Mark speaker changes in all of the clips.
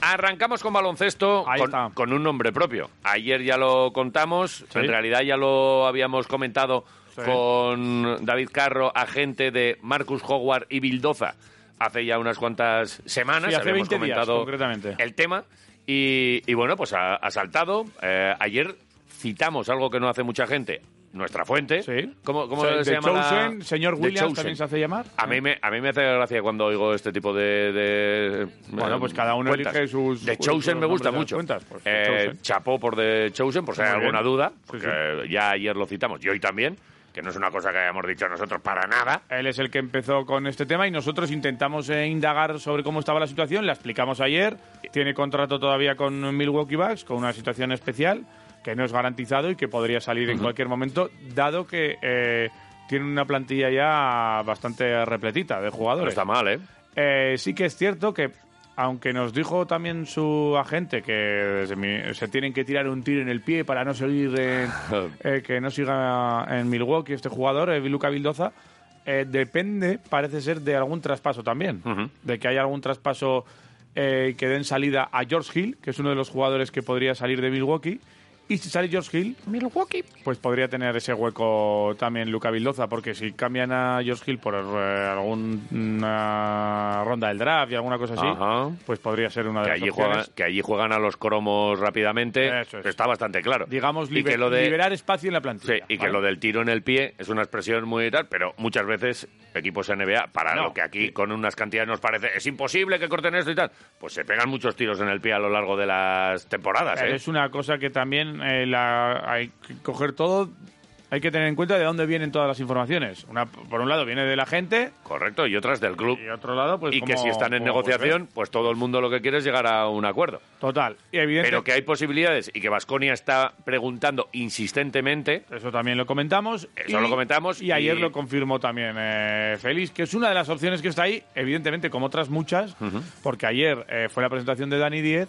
Speaker 1: Arrancamos con baloncesto
Speaker 2: Ahí
Speaker 1: con,
Speaker 2: está.
Speaker 1: con un nombre propio. Ayer ya lo contamos, en realidad ya lo habíamos comentado
Speaker 2: Sí.
Speaker 1: con David Carro, agente de Marcus Howard y Bildoza, hace ya unas cuantas semanas.
Speaker 2: Sí, hace
Speaker 1: Habíamos
Speaker 2: 20 días,
Speaker 1: comentado
Speaker 2: concretamente.
Speaker 1: el tema. Y, y bueno, pues ha, ha saltado. Eh, ayer citamos algo que no hace mucha gente, nuestra fuente.
Speaker 2: Sí.
Speaker 1: ¿Cómo, cómo
Speaker 2: O sea,
Speaker 1: se
Speaker 2: de
Speaker 1: llama? la-
Speaker 2: Chosen, señor
Speaker 1: The
Speaker 2: Williams
Speaker 1: Chosen.
Speaker 2: también se hace llamar.
Speaker 1: A mí, me, a mí me hace gracia cuando oigo este tipo de. de,
Speaker 2: Bueno,
Speaker 1: eh,
Speaker 2: pues cada uno
Speaker 1: cuentas.
Speaker 2: elige sus-
Speaker 1: The
Speaker 2: sus-
Speaker 1: Chosen
Speaker 2: los
Speaker 1: me gusta
Speaker 2: nombres
Speaker 1: mucho.
Speaker 2: de las cuentas, pues,
Speaker 1: Eh,
Speaker 2: The Chosen.
Speaker 1: chapó por The Chosen, por si hay
Speaker 2: Muy bien.
Speaker 1: alguna duda,
Speaker 2: Sí,
Speaker 1: porque ya ayer lo citamos y hoy también, que no es una cosa que hayamos dicho nosotros para nada.
Speaker 2: Él es el que empezó con este tema y nosotros intentamos eh, indagar sobre cómo estaba la situación. La explicamos ayer. Tiene contrato todavía con Milwaukee Bucks, con una situación especial que no es garantizado y que podría salir en cualquier momento, dado que eh, tiene una plantilla ya bastante repletita de
Speaker 1: No
Speaker 2: jugadores.
Speaker 1: está mal, ¿eh?
Speaker 2: Eh, sí que es cierto que, aunque nos dijo también su agente que se, mi- se tienen que tirar un tiro en el pie para no seguir, eh, eh, que no siga en Milwaukee este jugador, eh, Luca Vildoza, eh, depende, parece ser, de algún traspaso también. De que haya algún traspaso eh, que den salida a George Hill, que es uno de los jugadores que podría salir de Milwaukee. Y si sale George Hill, pues podría tener ese hueco también Luca Vildoza, porque si cambian a George Hill por eh, alguna ronda del draft y alguna cosa así,
Speaker 1: Ajá.
Speaker 2: pues podría ser una de
Speaker 1: Que
Speaker 2: las
Speaker 1: allí, juegan,
Speaker 2: opciones.
Speaker 1: que allí juegan a los cromos rápidamente.
Speaker 2: Eso es.
Speaker 1: Está bastante claro.
Speaker 2: Digamos,
Speaker 1: Y que
Speaker 2: liber-
Speaker 1: lo de-
Speaker 2: liberar espacio en la
Speaker 1: Sí,
Speaker 2: plantilla.
Speaker 1: y que
Speaker 2: ¿vale?
Speaker 1: lo del tiro en el pie es una expresión muy tal, pero muchas veces equipos NBA, para
Speaker 2: No.
Speaker 1: lo que aquí con unas cantidades nos parece, es imposible que corten esto y tal, pues se pegan muchos tiros en el pie a lo largo de las temporadas.
Speaker 2: Pero
Speaker 1: ¿eh?
Speaker 2: es una cosa que también eh, la- hay que coger todo, hay que tener en cuenta de dónde vienen todas las informaciones. Una, por un lado viene de la gente
Speaker 1: Correcto, y otras del club.
Speaker 2: y otro lado pues
Speaker 1: Y que
Speaker 2: como-
Speaker 1: si están en
Speaker 2: como puede
Speaker 1: negociación, pues todo el mundo lo que quiere es llegar a un acuerdo.
Speaker 2: ser. Total, y evidente,
Speaker 1: Pero que hay posibilidades y que Vasconia está preguntando insistentemente.
Speaker 2: Eso también lo comentamos.
Speaker 1: Eso lo comentamos
Speaker 2: Y ayer
Speaker 1: y-
Speaker 2: lo confirmó también eh, Félix, que es una de las opciones que está ahí, evidentemente, como otras muchas, porque ayer eh, fue la presentación de Dani Diez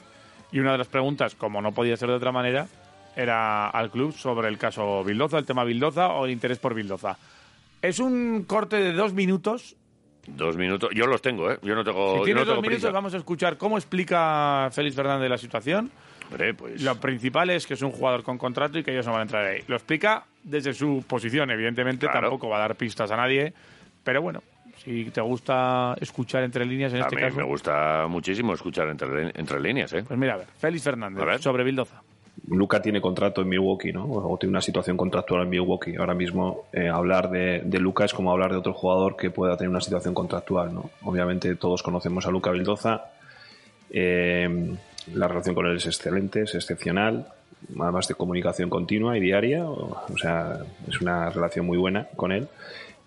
Speaker 2: y una de las preguntas, como no podía ser de otra manera, era al club sobre el caso Bildoza, el tema Bildoza o el interés por Bildoza. Es un corte de dos minutos.
Speaker 1: Dos minutos, yo los tengo, ¿eh? Yo no tengo.
Speaker 2: Si
Speaker 1: yo
Speaker 2: tiene
Speaker 1: no
Speaker 2: dos
Speaker 1: tengo
Speaker 2: minutos,
Speaker 1: prisa.
Speaker 2: vamos a escuchar cómo explica Félix Fernández la situación.
Speaker 1: Hombre, pues.
Speaker 2: Lo principal es que es un jugador con contrato y que ellos no van a entrar ahí. Lo explica desde su posición, evidentemente,
Speaker 1: Claro.
Speaker 2: tampoco va a dar pistas a nadie, pero bueno, si te gusta escuchar entre líneas
Speaker 1: A
Speaker 2: en este
Speaker 1: mí
Speaker 2: caso,
Speaker 1: me gusta muchísimo escuchar entre, entre líneas, ¿eh?
Speaker 2: pues mira, a ver, Félix Fernández
Speaker 1: A ver.
Speaker 2: sobre Bildoza.
Speaker 3: Luca tiene contrato en Milwaukee, ¿no? O tiene una situación contractual en Milwaukee. Ahora mismo eh, hablar de, de Luca es como hablar de otro jugador que pueda tener una situación contractual, ¿no? Obviamente todos conocemos a Luca Vildoza. Eh, la relación con él es excelente, es excepcional, además de comunicación continua y diaria, o, o sea, es una relación muy buena con él.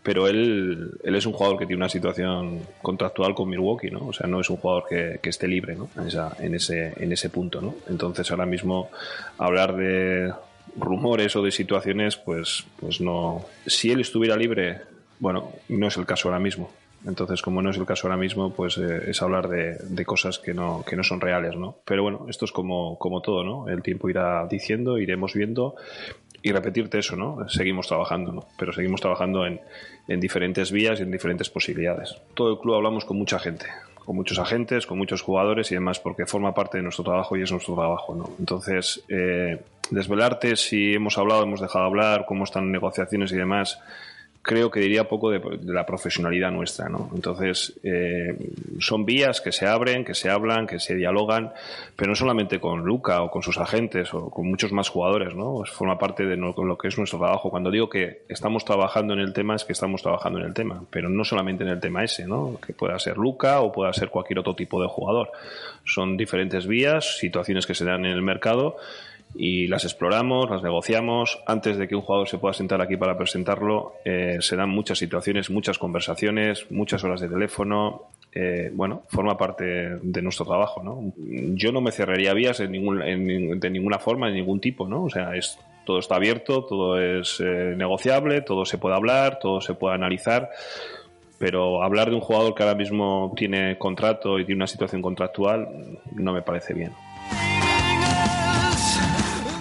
Speaker 3: Pero él, él es un jugador que tiene una situación contractual con Milwaukee, ¿no? O sea, no es un jugador que, que esté libre, ¿no? En, esa- en ese, en ese punto, ¿no? Entonces, ahora mismo hablar de rumores o de situaciones, pues, pues no. Si él estuviera libre, bueno, no es el caso ahora mismo. Entonces, como no es el caso ahora mismo, pues eh, es hablar de, de cosas que no, que no son reales, ¿no? Pero bueno, esto es como, como todo, ¿no? El tiempo irá diciendo, iremos viendo y repetirte eso, ¿no? Seguimos trabajando, ¿no? Pero seguimos trabajando en, en diferentes vías y en diferentes posibilidades. Todo el club hablamos con mucha gente, con muchos agentes, con muchos jugadores y demás, porque forma parte de nuestro trabajo y es nuestro trabajo, ¿no? Entonces, eh, desvelarte si hemos hablado, hemos dejado de hablar, cómo están negociaciones y demás creo que diría poco de, de la profesionalidad nuestra, ¿no? Entonces, eh, son vías que se abren, que se hablan, que se dialogan, pero no solamente con Luca o con sus agentes o con muchos más jugadores, ¿no? Pues forma parte de no- lo que es nuestro trabajo. Cuando digo que estamos trabajando en el tema, es que estamos trabajando en el tema, pero no solamente en el tema ese, ¿no? Que pueda ser Luca o pueda ser cualquier otro tipo de jugador. Son diferentes vías, situaciones que se dan en el mercado y las exploramos, las negociamos. Antes de que un jugador se pueda sentar aquí para presentarlo, eh, se dan muchas situaciones, muchas conversaciones, muchas horas de teléfono. Eh, bueno, forma parte de nuestro trabajo, ¿no? Yo no me cerraría vías en ningún- en nin- de ninguna forma, de ningún tipo, ¿no? O sea, es, todo está abierto, todo es eh, negociable, todo se puede hablar, todo se puede analizar pero hablar de un jugador que ahora mismo tiene contrato y tiene una situación contractual no me parece bien.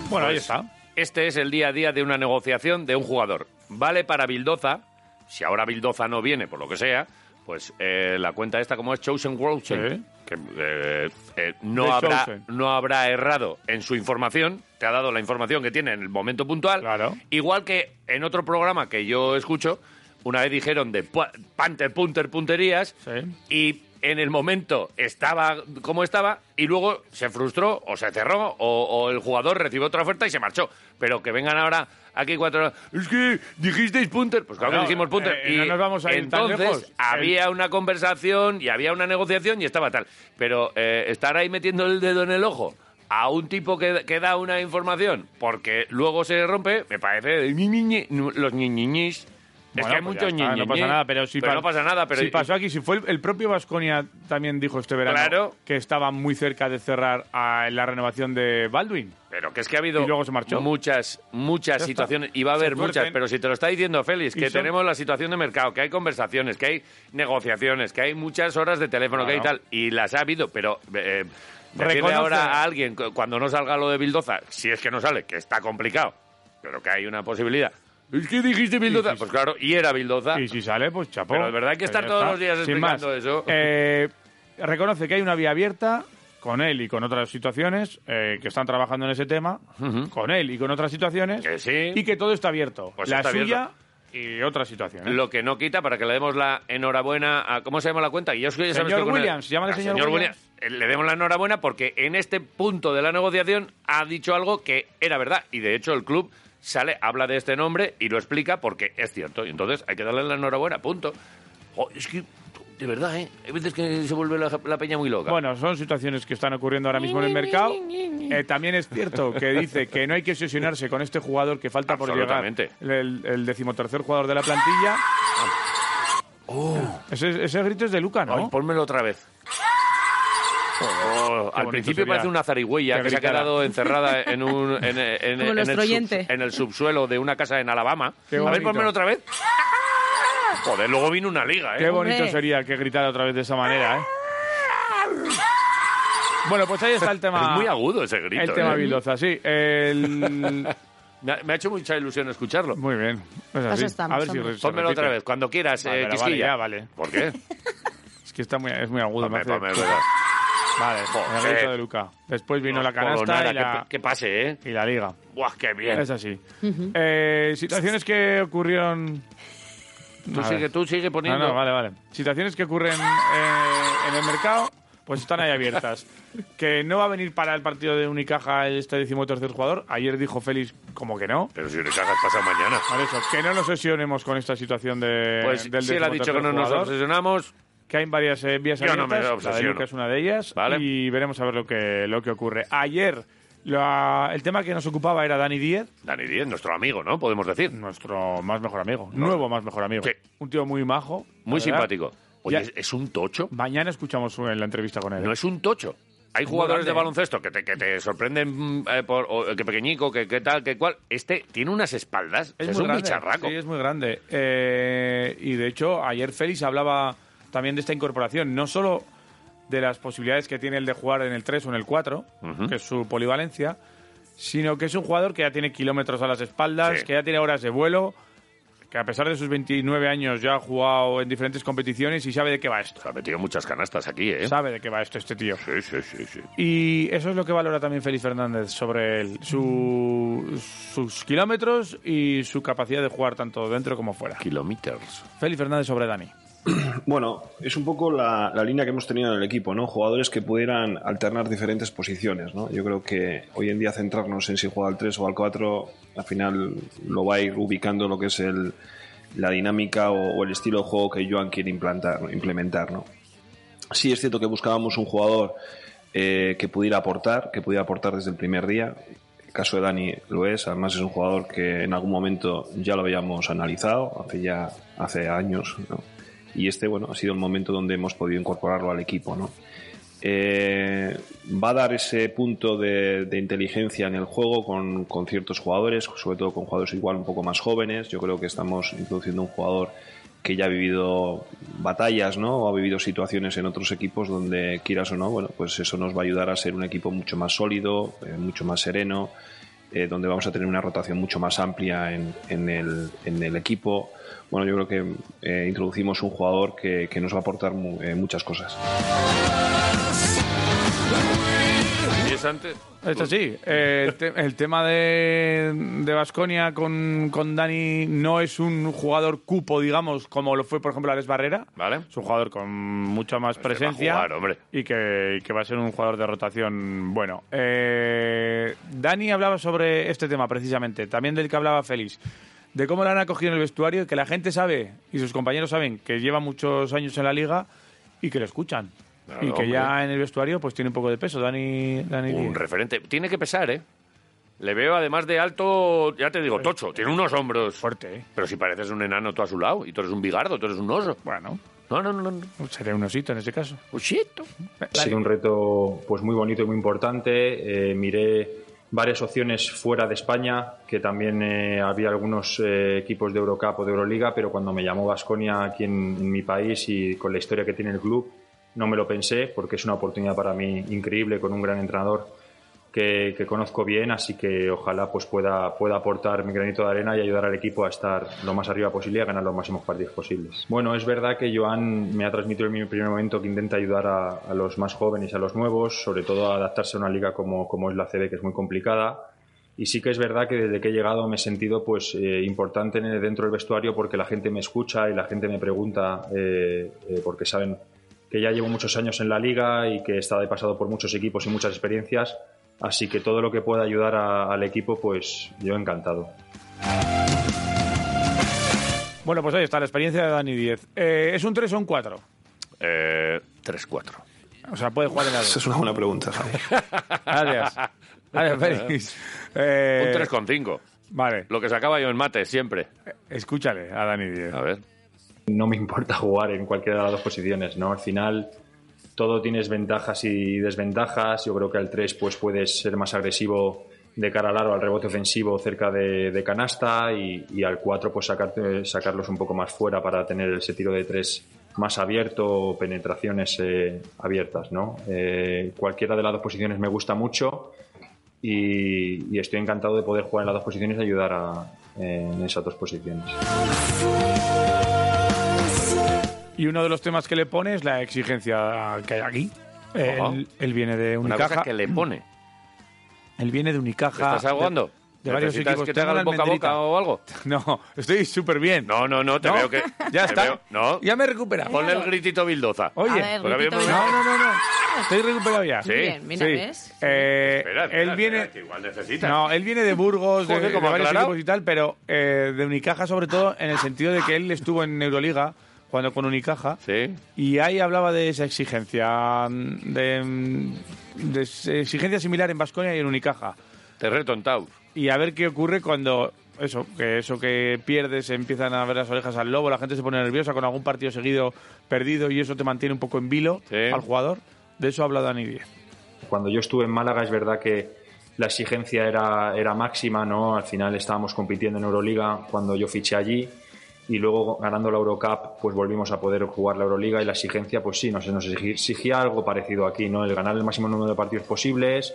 Speaker 2: Bueno, ahí
Speaker 1: Pues,
Speaker 2: está.
Speaker 1: Este es el día a día de una negociación de un jugador. Vale para Bildoza. Si ahora Bildoza no viene, por lo que sea, pues eh, la cuenta esta, como es Chosen World Chain,
Speaker 2: Sí.
Speaker 1: que eh, eh, no,
Speaker 2: The
Speaker 1: habrá,
Speaker 2: Chosen.
Speaker 1: no habrá errado en su información, te ha dado la información que tiene en el momento puntual.
Speaker 2: Claro.
Speaker 1: Igual que en otro programa que yo escucho, una vez dijeron de pu- Panther, Punter, Punterías,
Speaker 2: Sí.
Speaker 1: y en el momento estaba como estaba y luego se frustró o se cerró o, o el jugador recibió otra oferta y se marchó. Pero que vengan ahora aquí cuatro horas, es que dijisteis punter, pues claro
Speaker 2: Bueno,
Speaker 1: que dijimos punter.
Speaker 2: eh,
Speaker 1: y
Speaker 2: no nos vamos a ir tan
Speaker 1: entonces
Speaker 2: lejos.
Speaker 1: había una conversación y había una negociación y estaba tal. Pero eh, estar ahí metiendo el dedo en el ojo a un tipo que, que da una información porque luego se rompe, me parece de ñi, ñi, ñi, los ñiñiñis. es
Speaker 2: Bueno,
Speaker 1: que hay
Speaker 2: pues ya
Speaker 1: muchos
Speaker 2: está,
Speaker 1: ñiñiñi.
Speaker 2: No pasa nada, pero si pa-
Speaker 1: no pasa nada, pero
Speaker 2: si pasó aquí, si fue el, el propio Vasconia también dijo este verano
Speaker 1: Claro.
Speaker 2: que estaba muy cerca de cerrar a la renovación de Baldwin.
Speaker 1: Pero que es que ha habido
Speaker 2: Y luego se marchó.
Speaker 1: muchas, muchas
Speaker 2: está.
Speaker 1: situaciones, y va a haber
Speaker 2: Se
Speaker 1: muchas,
Speaker 2: tuercen.
Speaker 1: pero si te lo está diciendo Félix,
Speaker 2: Y
Speaker 1: que
Speaker 2: son-
Speaker 1: tenemos la situación de mercado, que hay conversaciones, que hay negociaciones, que hay muchas horas de teléfono, que hay
Speaker 2: Claro.
Speaker 1: tal, y las ha habido, pero eh, decirle
Speaker 2: Reconoce.
Speaker 1: ahora a alguien cu- cuando no salga lo de Bildoza, si es que no sale, que está complicado, pero que hay una posibilidad. ¿Es que dijiste Bildoza?
Speaker 2: sí, sí.
Speaker 1: Pues claro, y era Bildoza.
Speaker 2: Y si sale, pues chapó.
Speaker 1: Pero de verdad hay que
Speaker 2: Pues
Speaker 1: estar
Speaker 2: ya
Speaker 1: todos los días
Speaker 2: Sin
Speaker 1: explicando
Speaker 2: más.
Speaker 1: eso.
Speaker 2: Eh, reconoce que hay una vía abierta con él y con otras situaciones eh, que están trabajando en ese tema, con él y con otras situaciones,
Speaker 1: Que sí.
Speaker 2: y que todo está abierto.
Speaker 1: Pues
Speaker 2: la
Speaker 1: está
Speaker 2: suya
Speaker 1: abierto.
Speaker 2: y otras situaciones.
Speaker 1: Lo que no quita para que le demos la enhorabuena a. ¿Llámale ¿Cómo se llama la cuenta? Y ya os- ya sabes
Speaker 2: Señor
Speaker 1: que con el-
Speaker 2: Williams, llámale
Speaker 1: al
Speaker 2: señor Williams.
Speaker 1: Eh, Le demos la enhorabuena porque en este punto de la negociación ha dicho algo que era verdad. Y de hecho, el club sale, habla de este nombre y lo explica porque es cierto. Y entonces hay que darle la enhorabuena, punto. Jo, es que, de verdad, ¿eh? Hay veces que se vuelve la, la peña muy loca.
Speaker 2: Bueno, son situaciones que están ocurriendo ahora mismo en el mercado. Eh, también es cierto que dice que no hay que obsesionarse con este jugador que falta por llegar.
Speaker 1: Absolutamente. Ah.
Speaker 2: El, el decimotercer jugador de la plantilla. Ese, ese grito es de Luca, ¿no?
Speaker 1: Ay, pónmelo otra vez. Oh, al
Speaker 2: bonito
Speaker 1: principio
Speaker 2: sería
Speaker 1: parece una zarigüeya que,
Speaker 2: que
Speaker 1: se ha
Speaker 2: gritara.
Speaker 1: quedado encerrada en un en, en-
Speaker 4: Como
Speaker 1: en
Speaker 4: nuestro
Speaker 1: el
Speaker 4: oyente.
Speaker 1: en el subsuelo de una casa en Alabama.
Speaker 2: Qué
Speaker 1: A ver,
Speaker 2: bonito.
Speaker 1: ponmelo otra vez. Joder, luego vino una liga,
Speaker 2: Qué
Speaker 1: ¿eh?
Speaker 4: Hombre.
Speaker 2: bonito sería que gritara otra vez de esa manera, ¿eh? Bueno, pues ahí está el tema.
Speaker 1: Es muy agudo ese grito.
Speaker 2: El tema
Speaker 1: ¿eh?
Speaker 2: Bildoza, sí. El-
Speaker 1: Me ha- me ha hecho mucha ilusión escuclarlo.
Speaker 2: Muy bien. es así.
Speaker 4: Eso estamos,
Speaker 2: A ver si
Speaker 4: hombre.
Speaker 2: se
Speaker 1: Pónmelo
Speaker 2: repite.
Speaker 1: otra vez, cuando quieras,
Speaker 2: Vale,
Speaker 1: eh,
Speaker 2: vale,
Speaker 1: Quisquilla.
Speaker 2: ya, vale.
Speaker 1: ¿Por qué? pues,
Speaker 2: Es que está muy, es muy agudo.
Speaker 1: Ponme,
Speaker 2: me hace-
Speaker 1: ponme, verdad.
Speaker 2: Vale, el
Speaker 1: Joder.
Speaker 2: grito de Luca. Después vino la canasta
Speaker 1: Polonara,
Speaker 2: y la,
Speaker 1: que, que pase, ¿eh?
Speaker 2: y la liga.
Speaker 1: Buah, qué bien.
Speaker 2: Es así. Eh, situaciones que ocurrieron.
Speaker 1: Tú
Speaker 2: A
Speaker 1: sigue,
Speaker 2: ver.
Speaker 1: tú sigue
Speaker 2: No,
Speaker 1: poniendo.
Speaker 2: no, vale, vale. Situaciones que ocurren eh, en el mercado, pues están ahí abiertas. que no va a venir para el partido de Unicaja este decimotercer jugador. Ayer dijo Félix como que no.
Speaker 1: Pero si le cagas, pasa mañana.
Speaker 2: Por eso, que no nos obsesionemos con esta situación de,
Speaker 1: Pues
Speaker 2: Eh, del
Speaker 1: si él ha dicho que no
Speaker 2: decimotercer
Speaker 1: nos
Speaker 2: jugador,
Speaker 1: obsesionamos,
Speaker 2: que hay varias eh, vías
Speaker 1: Yo no me
Speaker 2: abiertas. la de
Speaker 1: obsesiono.
Speaker 2: Luca es una de ellas.
Speaker 1: Vale.
Speaker 2: Y veremos a ver lo que, lo que ocurre. Ayer, la- el tema que nos ocupaba era Dani Díez.
Speaker 1: Dani Díez, nuestro amigo, ¿no? Podemos decir.
Speaker 2: Nuestro más mejor amigo. Nuevo más mejor amigo.
Speaker 1: Sí.
Speaker 2: Un tío muy majo. la
Speaker 1: Muy
Speaker 2: verdad.
Speaker 1: simpático. Oye,
Speaker 2: Ya-
Speaker 1: ¿es- ¿es un tocho?
Speaker 2: Mañana escuchamos su- la entrevista con él.
Speaker 1: No es un tocho. Hay
Speaker 2: muy
Speaker 1: jugadores de
Speaker 2: grande, ¿eh?
Speaker 1: baloncesto que te, que te sorprenden mm, eh, por o, que pequeñico, que, que tal, que cual. Este tiene unas espaldas. o sea, Es,
Speaker 2: muy
Speaker 1: un
Speaker 2: grande.
Speaker 1: bicharraco.
Speaker 2: Sí, es muy grande. Eh, y de hecho, ayer Félix hablaba también de esta incorporación, no solo de las posibilidades que tiene el de jugar en el 3 o en el 4, que es su polivalencia, sino que es un jugador que ya tiene kilómetros a las espaldas,
Speaker 1: Sí.
Speaker 2: que ya tiene horas de vuelo, que que a pesar de sus 29 años ya ha jugado en diferentes competiciones y sabe de qué va esto.
Speaker 1: Se ha metido muchas canastas aquí, ¿eh?
Speaker 2: Sabe de qué va esto este tío.
Speaker 1: Sí, sí, sí, sí.
Speaker 2: Y eso es lo que valora también Félix Fernández sobre él, su- sus kilómetros y su capacidad de jugar tanto dentro como fuera.
Speaker 1: Kilometers.
Speaker 2: Félix Fernández sobre Dani.
Speaker 3: Bueno, es un poco la, la línea que hemos tenido en el equipo, ¿no? Jugadores que pudieran alternar diferentes posiciones, ¿no? Yo creo que hoy en día centrarnos en si juega al 3 o al 4, al final lo va a ir ubicando lo que es el, la dinámica o, o el estilo de juego que Joan quiere implantar, implementar, ¿no? Sí es cierto que buscábamos un jugador eh, que pudiera aportar, que pudiera aportar desde el primer día. El caso de Dani lo es, además es un jugador que en algún momento ya lo habíamos analizado, hace ya hace años, ¿no? Y este, bueno, ha sido el momento donde hemos podido incorporarlo al equipo, ¿no? Eh, va a dar ese punto de, de inteligencia en el juego con, con ciertos jugadores, sobre todo con jugadores igual un poco más jóvenes. Yo creo que estamos introduciendo un jugador que ya ha vivido batallas, ¿no? O ha vivido situaciones en otros equipos donde quieras o no, bueno, pues eso nos va a ayudar a ser un equipo mucho más sólido, eh, mucho más sereno, eh, donde vamos a tener una rotación mucho más amplia en, en el, en el equipo. Bueno, yo creo que eh, introducimos un jugador que, que nos va a aportar mu- eh, muchas cosas.
Speaker 1: ¿Y es antes?
Speaker 2: Es así. eh, el, te- el tema de Vasconia con, con Dani no es un jugador cupo, digamos, como lo fue, por ejemplo, Alex Barrera.
Speaker 1: Vale.
Speaker 2: Es un jugador con mucha más
Speaker 1: Pues que va a
Speaker 2: presencia.
Speaker 1: jugar, hombre.
Speaker 2: Y que, y que va a ser un jugador de rotación bueno. Eh, Dani hablaba sobre este tema precisamente, también del que hablaba Félix, de cómo lo han acogido en el vestuario y que la gente sabe, y sus compañeros saben, que lleva muchos años en la liga y que lo escuchan.
Speaker 1: Claro,
Speaker 2: y que
Speaker 1: hombre.
Speaker 2: ya en el vestuario pues tiene un poco de peso, Dani. Dani
Speaker 1: Un
Speaker 2: Díez.
Speaker 1: referente. Tiene que pesar, ¿eh? Le veo además de alto, ya te digo, tocho. Tiene unos hombros.
Speaker 2: Fuerte, ¿eh?
Speaker 1: Pero si pareces un enano tú a su lado y tú eres un bigardo, tú eres un oso.
Speaker 2: Bueno,
Speaker 1: No, no, no, no, Pues no.
Speaker 2: Uh, sería un osito en ese caso.
Speaker 1: Osito.
Speaker 4: Ha
Speaker 2: Dani.
Speaker 4: sido un reto pues muy bonito y muy importante. Eh, miré varias opciones fuera de España, que también eh, había algunos eh, equipos de Eurocup o de Euroliga, pero cuando me llamó Vasconia aquí en, en mi país y con la historia que tiene el club, no me lo pensé porque es una oportunidad para mí increíble con un gran entrenador que, que conozco bien, así que ojalá pues pueda, pueda aportar mi granito de arena y ayudar al equipo a estar lo más arriba posible y a ganar los máximos partidos posibles. Bueno, es verdad que Joan me ha transmitido en mi primer momento que intenta ayudar a, a los más jóvenes y a los nuevos, sobre todo a adaptarse a una liga como, como es la CB, que es muy complicada. Y sí que es verdad que desde que he llegado me he sentido pues eh, importante en el- dentro del vestuario porque la gente me escucha y la gente me pregunta eh, eh, porque saben que ya llevo muchos años en la liga y que he estado he pasado por muchos equipos y muchas experiencias. Así que todo lo que pueda ayudar a- al equipo, pues yo encantado.
Speaker 2: Bueno, pues ahí está la experiencia de Dani 10. ¿Es un 3 o un 4?
Speaker 1: Eh, 3-4.
Speaker 2: O sea, puede jugar en la
Speaker 3: Esa
Speaker 2: dos.
Speaker 3: es una buena pregunta, Javier.
Speaker 2: Gracias. Gracias, Félix. Eh,
Speaker 1: Un 3,5.
Speaker 2: Vale,
Speaker 1: Lo que sacaba yo en mate, siempre.
Speaker 2: escúchale a Dani 10.
Speaker 1: A ver.
Speaker 4: no me importa jugar en cualquiera de las dos posiciones, ¿no? Al final todo tienes ventajas y desventajas. Yo creo que al 3 pues puedes ser más agresivo de cara al aro, al rebote ofensivo cerca de, de canasta y, y al 4 pues sacarte- sacarlos un poco más fuera para tener ese tiro de 3 más abierto o penetraciones eh, abiertas, ¿no? Eh, cualquiera de las dos posiciones me gusta mucho y, y estoy encantado de poder jugar en las dos posiciones y ayudar a- en esas dos posiciones.
Speaker 2: Y uno de los temas que le pone es la exigencia que hay aquí. Él, él viene de
Speaker 1: Una
Speaker 2: Unicaja.
Speaker 1: cosa que le pone.
Speaker 2: Él viene de Unicaja.
Speaker 1: ¿Estás ahogando?
Speaker 2: De, de varios
Speaker 1: ¿Necesitas
Speaker 2: equipos.
Speaker 1: que te
Speaker 2: Tengo
Speaker 1: haga
Speaker 2: una
Speaker 1: el boca a boca
Speaker 2: almendrita.
Speaker 1: o algo?
Speaker 2: No, estoy súper bien.
Speaker 1: No, no, no, te veo que.
Speaker 2: Ya
Speaker 1: te
Speaker 2: está.
Speaker 1: veo- no.
Speaker 2: Ya me he recuperado.
Speaker 1: Ponle el gritito Bildoza.
Speaker 2: Oye.
Speaker 5: A ver,
Speaker 1: Porque había
Speaker 5: Ricito,
Speaker 1: un-
Speaker 2: No, no, no, no. Estoy recuperado ya.
Speaker 1: Sí.
Speaker 5: Bien, mira,
Speaker 2: Sí.
Speaker 5: ¿ves?
Speaker 2: Eh,
Speaker 1: Espera, espera,
Speaker 2: él viene...
Speaker 1: espera, que igual necesitas.
Speaker 2: No, él viene de Burgos, de,
Speaker 1: Joder, ¿cómo
Speaker 2: de varios
Speaker 1: aclarado?
Speaker 2: equipos y tal, pero eh, de Unicaja sobre todo en el sentido de que él estuvo en Euroliga jugando con Unicaja
Speaker 1: Sí.
Speaker 2: y ahí hablaba de esa exigencia, mm, de, mm, de s- exigencia similar en Vasconia y en Unicaja.
Speaker 1: Te he retontado.
Speaker 2: Y a ver qué ocurre cuando eso que eso que pierdes empiezan a ver las orejas al lobo, la gente se pone nerviosa con algún partido seguido perdido y eso te mantiene un poco en vilo
Speaker 1: Sí.
Speaker 2: al jugador. De eso habla Dani Díez.
Speaker 4: Cuando yo estuve en Málaga es verdad que la exigencia era, era máxima, ¿no? Al final estábamos compitiendo en Euroliga cuando yo fiché allí y luego ganando la Eurocup pues volvimos a poder jugar la Euroliga y la exigencia pues sí, nos, nos exigía algo parecido aquí, ¿no? El ganar el máximo número de partidos posibles,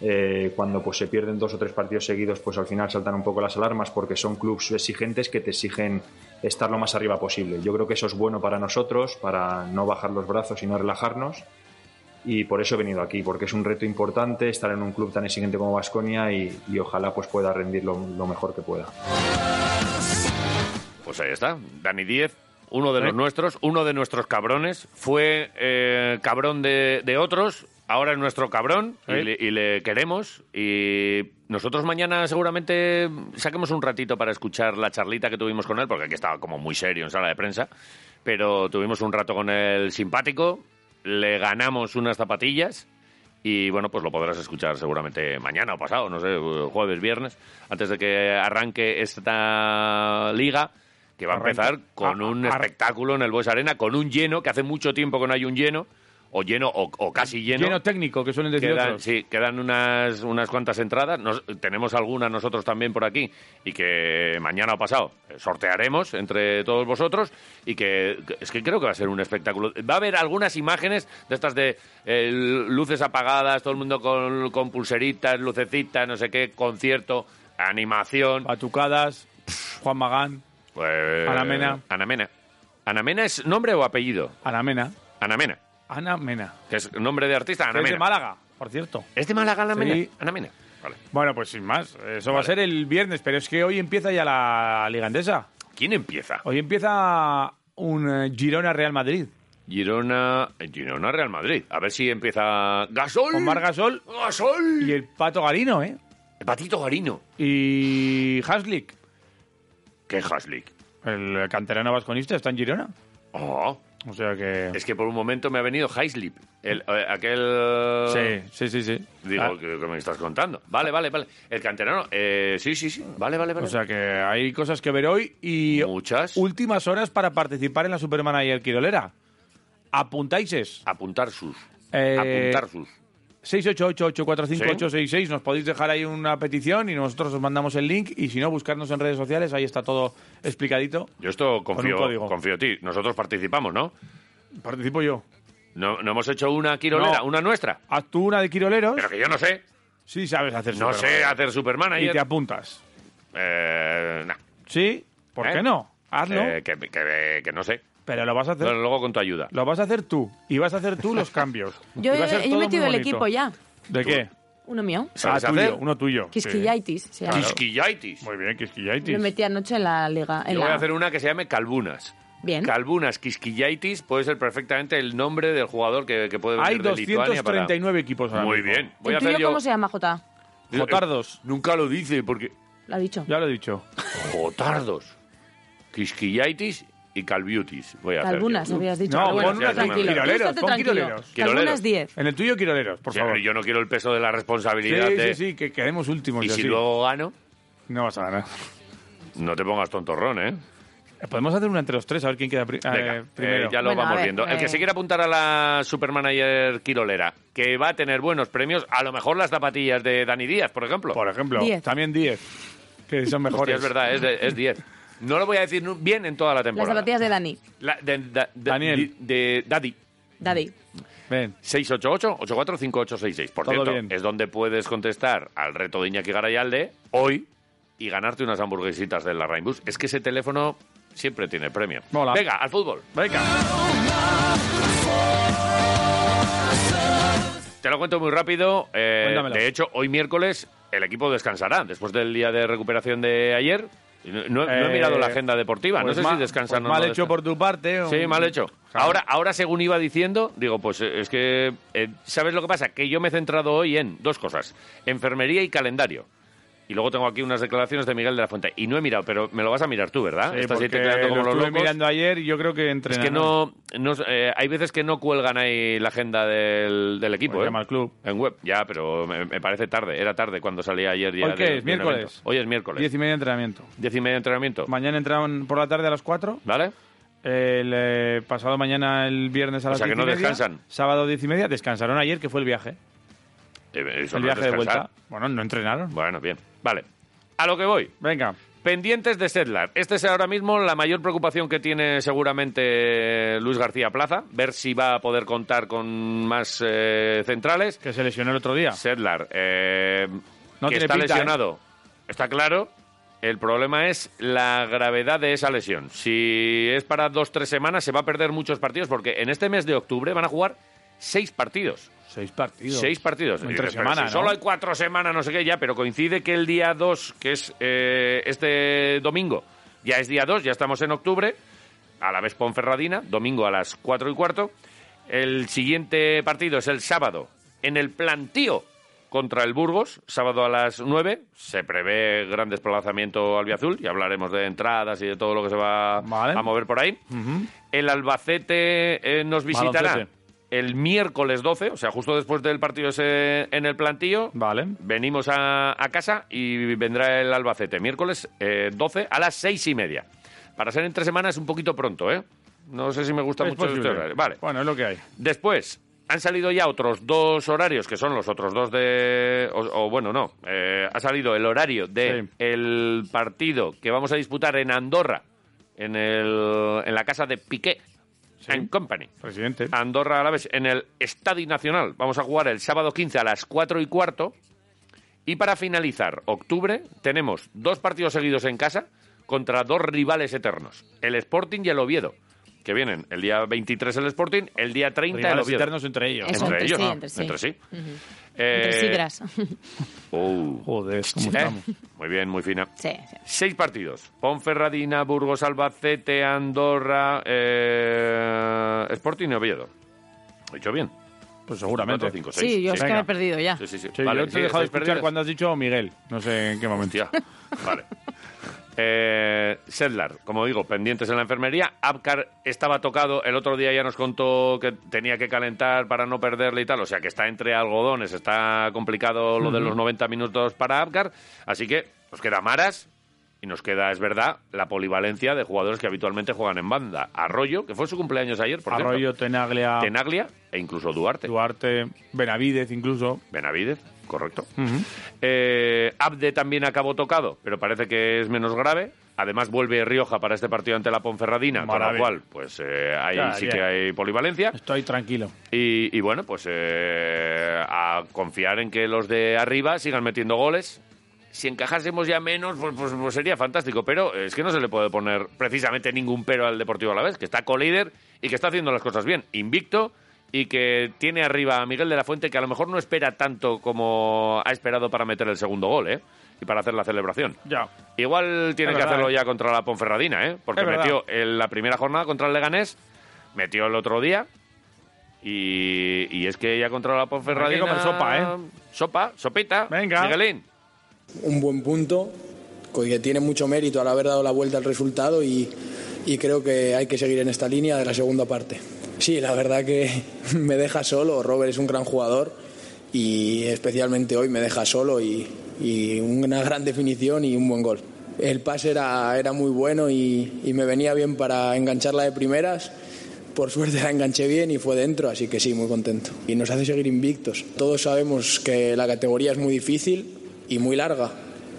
Speaker 4: eh, cuando pues se pierden dos o tres partidos seguidos, pues al final saltan un poco las alarmas porque son clubes exigentes que te exigen estar lo más arriba posible. Yo creo que eso es bueno para nosotros, para no bajar los brazos y no relajarnos. Y por eso he venido aquí, porque es un reto importante estar en un club tan exigente como Vasconia y, y ojalá pues pueda rendir lo, lo mejor que pueda.
Speaker 1: Pues ahí está, Dani 10, uno de los nuestros, uno de nuestros cabrones, fue eh, cabrón de, de otros, ahora es nuestro cabrón y,
Speaker 2: ¿Eh?
Speaker 1: le, y le queremos. Y nosotros mañana seguramente saquemos un ratito para escuchar la charlita que tuvimos con él, porque aquí estaba como muy serio en sala de prensa, pero tuvimos un rato con el simpático, le ganamos unas zapatillas. Y bueno, pues lo podrás escuchar seguramente mañana o pasado, no sé, jueves, viernes, antes de que arranque esta liga, que va a
Speaker 2: Arranca.
Speaker 1: empezar con
Speaker 2: Ah,
Speaker 1: un
Speaker 2: ah,
Speaker 1: espectáculo en el Bois Arena, con un lleno, que hace mucho tiempo que no hay un lleno, o lleno o, o casi lleno.
Speaker 2: Lleno técnico, que suelen decir
Speaker 1: Quedan,
Speaker 2: otros.
Speaker 1: sí, quedan unas, unas cuantas entradas. Nos- tenemos algunas nosotros también por aquí y que mañana o pasado sortearemos entre todos vosotros y que que- es que creo que va a ser un espectáculo. Va a haber algunas imágenes de estas de eh, luces apagadas, todo el mundo con, con pulseritas, lucecitas, no sé qué, concierto, animación.
Speaker 2: Patucadas, Juan Magán,
Speaker 1: Pues-
Speaker 2: Ana Mena.
Speaker 1: Ana Mena. ¿Ana Mena es nombre o apellido?
Speaker 2: Ana Mena.
Speaker 1: Ana Mena,
Speaker 2: Ana Mena.
Speaker 1: que es nombre de artista. Ana
Speaker 2: Que es de
Speaker 1: Mena.
Speaker 2: Málaga, por cierto.
Speaker 1: ¿Es de Málaga Ana
Speaker 2: Sí.
Speaker 1: Mena? Ana Mena. Vale.
Speaker 2: Bueno, pues sin más. Eso va a ser el viernes, pero es que hoy empieza ya la Liga Andesa.
Speaker 1: ¿Quién empieza?
Speaker 2: Hoy empieza un eh, Girona Real Madrid.
Speaker 1: Girona, Girona Real Madrid. A ver si empieza Gasol.
Speaker 2: Omar Gasol
Speaker 1: Gasol.
Speaker 2: y el Pato Garino, ¿eh?
Speaker 1: El patito Garino.
Speaker 2: Y Haslik,
Speaker 1: Qué Haslick.
Speaker 2: el canterano vasconista, está en Girona.
Speaker 1: Oh,
Speaker 2: O sea que...
Speaker 1: es que por un momento me ha venido Heislip. El, eh, aquel.
Speaker 2: Sí, sí, sí, sí.
Speaker 1: Digo,
Speaker 2: Ah,
Speaker 1: ¿qué, qué me estás contando? Vale, vale, vale. El canterano. eh, sí, sí, sí. Vale, vale, vale.
Speaker 2: o sea que hay cosas que ver hoy y
Speaker 1: Muchas.
Speaker 2: últimas horas para participar en la Supermanager Quirolera. Apuntáis.
Speaker 1: Apuntar sus.
Speaker 2: Eh,
Speaker 1: Apuntar sus.
Speaker 2: 688-845-866. Nos podéis dejar ahí una petición y nosotros os mandamos el link. Y si no, buscarnos en redes sociales. Ahí está todo explicadito.
Speaker 1: Yo esto
Speaker 2: un
Speaker 1: confío,
Speaker 2: código.
Speaker 1: confío en ti. Nosotros participamos, ¿no?
Speaker 2: Participo yo.
Speaker 1: ¿No, no hemos hecho una quirolera?
Speaker 2: No.
Speaker 1: ¿Una nuestra?
Speaker 2: Haz tú una de Quiroleros.
Speaker 1: Pero que yo no sé.
Speaker 2: Sí, sabes hacer
Speaker 1: No sé
Speaker 2: Supermanager.
Speaker 1: hacer Superman
Speaker 2: Y te
Speaker 1: ayer.
Speaker 2: apuntas.
Speaker 1: Eh, nah.
Speaker 2: Sí, ¿por
Speaker 1: ¿Eh?
Speaker 2: qué no? Hazlo.
Speaker 1: Eh, que, que- que no sé.
Speaker 2: pero lo vas a hacer.
Speaker 1: Pero luego con tu ayuda.
Speaker 2: Lo vas a hacer tú. Y vas a hacer tú los cambios.
Speaker 5: Yo
Speaker 2: Y va a ser
Speaker 5: he, yo he
Speaker 2: todo
Speaker 5: metido
Speaker 2: muy
Speaker 5: el
Speaker 2: bonito.
Speaker 5: equipo ya.
Speaker 2: ¿De qué?
Speaker 5: Uno mío.
Speaker 1: ¿Sabes
Speaker 2: ah,
Speaker 1: hacer?
Speaker 2: tuyo, uno tuyo.
Speaker 5: Quisquillaitis. se llama.
Speaker 1: Quisquillaitis.
Speaker 2: Sí. Muy bien,
Speaker 5: Lo
Speaker 2: Quisquillaitis.
Speaker 5: metí anoche en la liga. en
Speaker 1: Yo voy
Speaker 5: la-
Speaker 1: a hacer una que se llame Calbunas.
Speaker 5: Bien.
Speaker 1: Calbunas Quisquillaitis puede ser perfectamente el nombre del jugador que, que puede venir
Speaker 2: Hay
Speaker 1: de Lituania para...
Speaker 2: 239 equipos ahora
Speaker 1: Muy
Speaker 2: mismo.
Speaker 1: bien. Voy
Speaker 5: ¿El
Speaker 1: a hacer
Speaker 5: tuyo
Speaker 1: yo...
Speaker 5: cómo se llama, Jota?
Speaker 2: Jotardos.
Speaker 1: Eh, Nunca lo dice porque...
Speaker 5: Lo ha dicho.
Speaker 2: Ya lo he dicho.
Speaker 1: Jotardos. Quisquillaitis y Calbiutis. Voy a hacer
Speaker 5: Algunas
Speaker 1: yo.
Speaker 5: habías dicho.
Speaker 2: No,
Speaker 5: pero bueno,
Speaker 1: pon unas
Speaker 5: tranquilo. Tú
Speaker 2: quiroleros,
Speaker 5: estate
Speaker 2: pon
Speaker 5: tranquilo.
Speaker 2: quiroleros.
Speaker 1: Quiroleros.
Speaker 5: Algunas 10.
Speaker 2: En el tuyo, Quiroleros, por
Speaker 1: Sí,
Speaker 2: favor.
Speaker 1: pero yo no quiero el peso de la responsabilidad
Speaker 2: Sí,
Speaker 1: de...
Speaker 2: sí, sí, que quedemos últimos.
Speaker 1: Y
Speaker 2: y
Speaker 1: si
Speaker 2: así.
Speaker 1: luego gano,
Speaker 2: No vas a ganar.
Speaker 1: no te pongas tontorrón, ¿eh?
Speaker 2: Podemos hacer una entre los tres, a ver quién queda pri- eh,
Speaker 1: Venga,
Speaker 2: primero.
Speaker 1: eh, ya lo
Speaker 5: Bueno,
Speaker 1: vamos
Speaker 5: a ver,
Speaker 1: viendo. El
Speaker 5: eh.
Speaker 1: que se quiera apuntar a la Supermanager Quirolera, que va a tener buenos premios, a lo mejor las zapatillas de Dani Díaz, por ejemplo.
Speaker 2: Por ejemplo,
Speaker 5: Diez.
Speaker 2: también 10, que
Speaker 1: Hostia,
Speaker 2: son mejores.
Speaker 1: es verdad, es de- es 10. No lo voy a decir nu- bien en toda la
Speaker 5: Las
Speaker 1: temporada.
Speaker 5: zapatillas de Dani.
Speaker 1: La- de, da- de-
Speaker 2: Daniel.
Speaker 1: di- de Daddy.
Speaker 5: Daddy.
Speaker 2: Ven.
Speaker 1: 688-845866. Por
Speaker 2: Todo
Speaker 1: cierto,
Speaker 2: bien.
Speaker 1: es donde puedes contestar al reto de Iñaki Garayalde hoy y ganarte unas hamburguesitas de la Rainbus. Es que ese teléfono siempre tiene premio.
Speaker 2: Mola.
Speaker 1: Venga, al fútbol.
Speaker 2: Venga.
Speaker 1: Te lo cuento muy rápido. eh,
Speaker 2: Cuéntamelo.
Speaker 1: de hecho, hoy miércoles el equipo descansará después del día de recuperación de ayer. No, no- no he
Speaker 2: Eh,
Speaker 1: mirado la agenda deportiva.
Speaker 2: Pues
Speaker 1: no sé
Speaker 2: ma-
Speaker 1: si descansan
Speaker 2: pues
Speaker 1: o no.
Speaker 2: Mal hecho
Speaker 1: descansan.
Speaker 2: por tu parte. o-
Speaker 1: Sí, mal hecho.
Speaker 2: Claro.
Speaker 1: Ahora, ahora, según iba diciendo, digo, pues eh, es que, eh, ¿sabes lo que pasa? Que yo me he centrado hoy en dos cosas, enfermería y calendario. Y luego tengo aquí unas declaraciones de Miguel de la Fuente. Y no he mirado, pero me lo vas a mirar tú, ¿verdad?
Speaker 2: Sí,
Speaker 1: Estás ahí
Speaker 2: porque
Speaker 1: tecleando como
Speaker 2: lo
Speaker 1: los
Speaker 2: estuve
Speaker 1: locos.
Speaker 2: mirando ayer y yo creo que
Speaker 1: Es
Speaker 2: entrenarán.
Speaker 1: que no, no eh, hay veces que no cuelgan ahí la agenda del, del equipo.
Speaker 2: Pues
Speaker 1: ¿eh?
Speaker 2: llama al club.
Speaker 1: En web, ya, pero me, me parece tarde. Era tarde cuando salía ayer. día
Speaker 2: ¿Hoy qué
Speaker 1: del-
Speaker 2: es?
Speaker 1: del evento.
Speaker 2: ¿Miércoles?
Speaker 1: Hoy es miércoles.
Speaker 2: Diez
Speaker 1: Diez,
Speaker 2: y media de entrenamiento.
Speaker 1: y media de entrenamiento.
Speaker 2: Mañana entran por la tarde a las 4.
Speaker 1: ¿Vale?
Speaker 2: El eh, pasado mañana, el viernes a
Speaker 1: O
Speaker 2: las
Speaker 1: sea que
Speaker 2: diez
Speaker 1: no
Speaker 2: y media,
Speaker 1: descansan.
Speaker 2: Sábado diez y media. Descansaron ayer, que fue el viaje.
Speaker 1: Eh, eso
Speaker 2: el
Speaker 1: no es
Speaker 2: viaje de
Speaker 1: descansar.
Speaker 2: vuelta. Bueno, no entrenaron.
Speaker 1: Bueno, bien. Vale. A lo que voy.
Speaker 2: Venga.
Speaker 1: Pendientes de Sedlar. Esta es ahora mismo la mayor preocupación que tiene seguramente Luis García Plaza, ver si va a poder contar con más eh, centrales.
Speaker 2: Que se lesionó el otro día.
Speaker 1: Sedlar, eh,
Speaker 2: No
Speaker 1: que
Speaker 2: tiene
Speaker 1: está
Speaker 2: pinta, ¿eh?
Speaker 1: lesionado, está claro. El problema es la gravedad de esa lesión. Si es para dos tres semanas, se va a perder muchos partidos, porque en este mes de octubre van a jugar seis partidos.
Speaker 2: Seis partidos.
Speaker 1: Seis partidos.
Speaker 2: En
Speaker 1: Y
Speaker 2: tres
Speaker 1: dices, pero
Speaker 2: semanas,
Speaker 1: si
Speaker 2: ¿no?
Speaker 1: Solo hay cuatro semanas, no sé qué, ya, pero coincide que el día 2, que es eh, este domingo, ya es día 2, ya estamos en octubre, a la vez Ponferradina, domingo a las cuatro y cuarto. El siguiente partido es el sábado, en el plantío contra el Burgos, sábado a las 9. Se prevé gran desplazamiento al Biazul, ya hablaremos de entradas y de todo lo que se va
Speaker 2: Vale.
Speaker 1: a mover por ahí. El Albacete eh, nos visitará
Speaker 2: Albacete.
Speaker 1: el miércoles 12, o sea, justo después del partido ese en el plantillo.
Speaker 2: Vale.
Speaker 1: Venimos a, a casa y vendrá el Albacete. Miércoles eh, 12 a las seis y media. Para ser entre semanas es un poquito pronto, ¿eh? No sé si me gusta
Speaker 2: Es
Speaker 1: mucho este
Speaker 2: posible.
Speaker 1: horario. Vale.
Speaker 2: Bueno, es lo que hay.
Speaker 1: Después han salido ya otros dos horarios, que son los otros dos de... O, o bueno, no. eh, ha salido el horario de
Speaker 2: Sí.
Speaker 1: el partido que vamos a disputar en Andorra, en, el, en la casa de Piqué and Company.
Speaker 2: Presidente.
Speaker 1: Andorra a la vez en el Estadio Nacional. Vamos a jugar el sábado 15 a las 4 y cuarto. Y para finalizar, octubre, tenemos dos partidos seguidos en casa contra dos rivales eternos, el Sporting y el Oviedo, que vienen el día 23 el Sporting, el día 30 el
Speaker 2: Rivales
Speaker 1: Oviedo.
Speaker 2: internos entre ellos.
Speaker 5: Eso,
Speaker 2: ¿no?
Speaker 1: entre
Speaker 5: entre
Speaker 1: ellos,
Speaker 5: sí,
Speaker 1: ¿no?
Speaker 5: entre sí.
Speaker 1: Entre sí.
Speaker 5: Entre
Speaker 1: Eh,
Speaker 5: sidras.
Speaker 1: oh,
Speaker 2: Joder, ¿cómo
Speaker 1: ¿eh?
Speaker 2: estamos?
Speaker 1: Muy bien, muy fina.
Speaker 5: sí, sí.
Speaker 1: Seis partidos. Ponferradina, Burgos, Albacete, Andorra, eh, Sporting y Oviedo. He dicho bien.
Speaker 2: Pues seguramente.
Speaker 1: Cuatro, cinco, seis.
Speaker 5: Sí, yo es que
Speaker 2: Venga.
Speaker 5: me he perdido ya.
Speaker 1: Sí, sí, sí.
Speaker 2: Sí,
Speaker 1: Vale,
Speaker 2: yo te
Speaker 1: sí,
Speaker 2: he dejado
Speaker 1: estáis
Speaker 2: de escuchar
Speaker 1: perdidos.
Speaker 2: cuando has dicho Miguel. No sé en qué momento.
Speaker 1: Hostia. Vale. Eh, Sedlar, como digo, pendientes en la enfermería. Abkar estaba tocado, el otro día ya nos contó que tenía que calentar para no perderle y tal, o sea que está entre algodones, está complicado lo de los 90 minutos para Abkar, así que nos queda Maras y nos queda, es verdad, la polivalencia de jugadores que habitualmente juegan en banda. Arroyo, que fue su cumpleaños ayer, por cierto.
Speaker 2: Arroyo, ah. Tenaglia,
Speaker 1: Tenaglia e incluso Duarte.
Speaker 2: Duarte, Benavidez incluso.
Speaker 1: Benavides, correcto. Eh, Abde también acabó tocado, pero parece que es menos grave. Además vuelve Rioja para este partido ante la Ponferradina, con lo
Speaker 2: Maravilla.
Speaker 1: cual pues eh, ahí
Speaker 2: Ya,
Speaker 1: sí
Speaker 2: ya.
Speaker 1: que hay polivalencia.
Speaker 2: Estoy tranquilo.
Speaker 1: Y, y bueno, pues eh, a confiar en que los de arriba sigan metiendo goles. Si encajásemos ya menos, pues, pues- pues sería fantástico. Pero es que no se le puede poner precisamente ningún pero al Deportivo a la vez, que está colíder y que está haciendo las cosas bien, invicto y que tiene arriba a Miguel de la Fuente, que a lo mejor no espera tanto como ha esperado para meter el segundo gol, ¿eh? Y para hacer la celebración.
Speaker 2: Ya.
Speaker 1: Igual tiene
Speaker 2: Es
Speaker 1: que
Speaker 2: verdad,
Speaker 1: hacerlo
Speaker 2: ¿eh?
Speaker 1: ya contra la Ponferradina, ¿eh? Porque
Speaker 2: Es verdad.
Speaker 1: metió en la primera jornada contra el Leganés, metió el otro día. Y, y es que ya contra la Ponferradina.
Speaker 2: Hay que comer sopa, ¿eh?
Speaker 1: Sopa, sopita.
Speaker 2: Venga.
Speaker 1: Miguelín.
Speaker 6: un buen punto, que tiene mucho mérito al haber dado la vuelta al resultado y, y creo que hay que seguir en esta línea de la segunda parte. Sí, la verdad que me deja solo, Robert es un gran jugador y especialmente hoy me deja solo y, y una gran definición y un buen gol. El pase era, era muy bueno y, y me venía bien para engancharla de primeras. Por suerte la enganché bien y fue dentro, así que sí, muy contento. Y nos hace seguir invictos. Todos sabemos que la categoría es muy difícil y muy larga.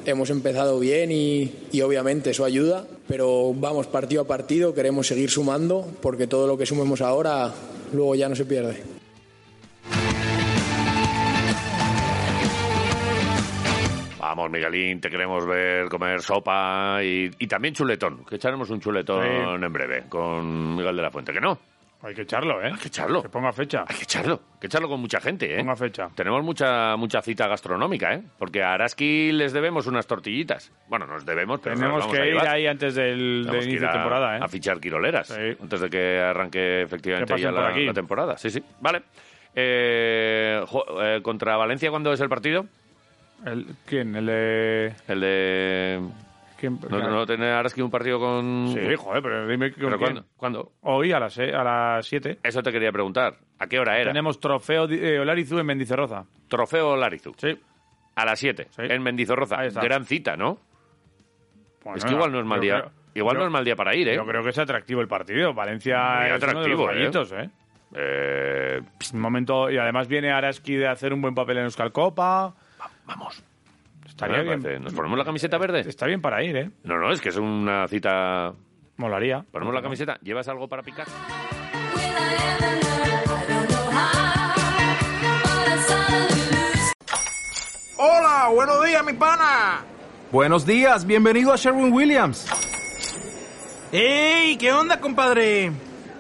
Speaker 6: Hemos empezado bien y, y obviamente eso ayuda, pero vamos partido a partido, queremos seguir sumando porque todo lo que sumemos ahora luego ya no se pierde.
Speaker 1: Vamos, Miguelín, te queremos ver comer sopa y, y también chuletón. Que echaremos un chuletón
Speaker 2: Sí.
Speaker 1: en breve con Miguel de la Fuente. Que no,
Speaker 2: Hay que echarlo, ¿eh?
Speaker 1: hay que echarlo.
Speaker 2: Que ponga fecha.
Speaker 1: Hay que echarlo. Hay que echarlo con mucha gente, ¿eh?
Speaker 2: Ponga fecha.
Speaker 1: Tenemos mucha, mucha cita gastronómica, ¿eh? Porque a Araski les debemos unas tortillitas. Bueno, nos debemos, pero nos las
Speaker 2: Tenemos
Speaker 1: vamos a
Speaker 2: que ir
Speaker 1: llevar.
Speaker 2: ahí antes del, del
Speaker 1: Tenemos que
Speaker 2: inicio
Speaker 1: ir
Speaker 2: de
Speaker 1: a-
Speaker 2: temporada, ¿eh?
Speaker 1: A fichar quiroleras.
Speaker 2: Sí.
Speaker 1: Antes de que arranque efectivamente
Speaker 2: Que
Speaker 1: ya
Speaker 2: pasen
Speaker 1: la,
Speaker 2: por aquí.
Speaker 1: la temporada. Sí, sí. Vale. Eh, jo- eh, ¿Contra Valencia cuándo es el partido?
Speaker 2: El- ¿Quién? El de...
Speaker 1: El de.
Speaker 2: ¿quién?
Speaker 1: ¿No, no tener Araski un partido con.?
Speaker 2: Pues Sí, joder, pero dime con
Speaker 1: ¿Pero
Speaker 2: quién.
Speaker 1: cuándo? ¿Cuándo?
Speaker 2: Hoy a las, se- a las 7
Speaker 1: Eso te quería preguntar. ¿A qué hora era?
Speaker 2: tenemos trofeo di- eh, Olarizu en Mendizorroza.
Speaker 1: Trofeo Larizu.
Speaker 2: Sí.
Speaker 1: A las 7,
Speaker 2: Sí.
Speaker 1: en Mendizorroza.
Speaker 2: Ahí está.
Speaker 1: Gran cita, ¿no?
Speaker 2: Bueno,
Speaker 1: es que igual no es mal
Speaker 2: yo
Speaker 1: día.
Speaker 2: creo-
Speaker 1: igual
Speaker 2: yo-
Speaker 1: no es mal día para ir, ¿eh?
Speaker 2: Yo creo que es atractivo el partido. Valencia
Speaker 1: Muy
Speaker 2: es uno de los
Speaker 1: atractivo, ¿eh?
Speaker 2: gallitos, ¿eh?
Speaker 1: Eh,
Speaker 2: Un momento, y además viene Araski de hacer un buen papel en Euskal Copa. Vamos. Estaría
Speaker 1: Me
Speaker 2: bien.
Speaker 1: parece. ¿Nos ponemos la camiseta verde?
Speaker 2: Está bien para ir, ¿eh?
Speaker 1: No, no, es que es una cita...
Speaker 2: Molaría.
Speaker 1: Ponemos la camiseta. ¿Llevas algo para picar?
Speaker 7: Hola, buenos días, mi pana.
Speaker 8: Buenos días, bienvenido a Sherwin Williams.
Speaker 7: ¡Ey! ¿Qué onda, compadre?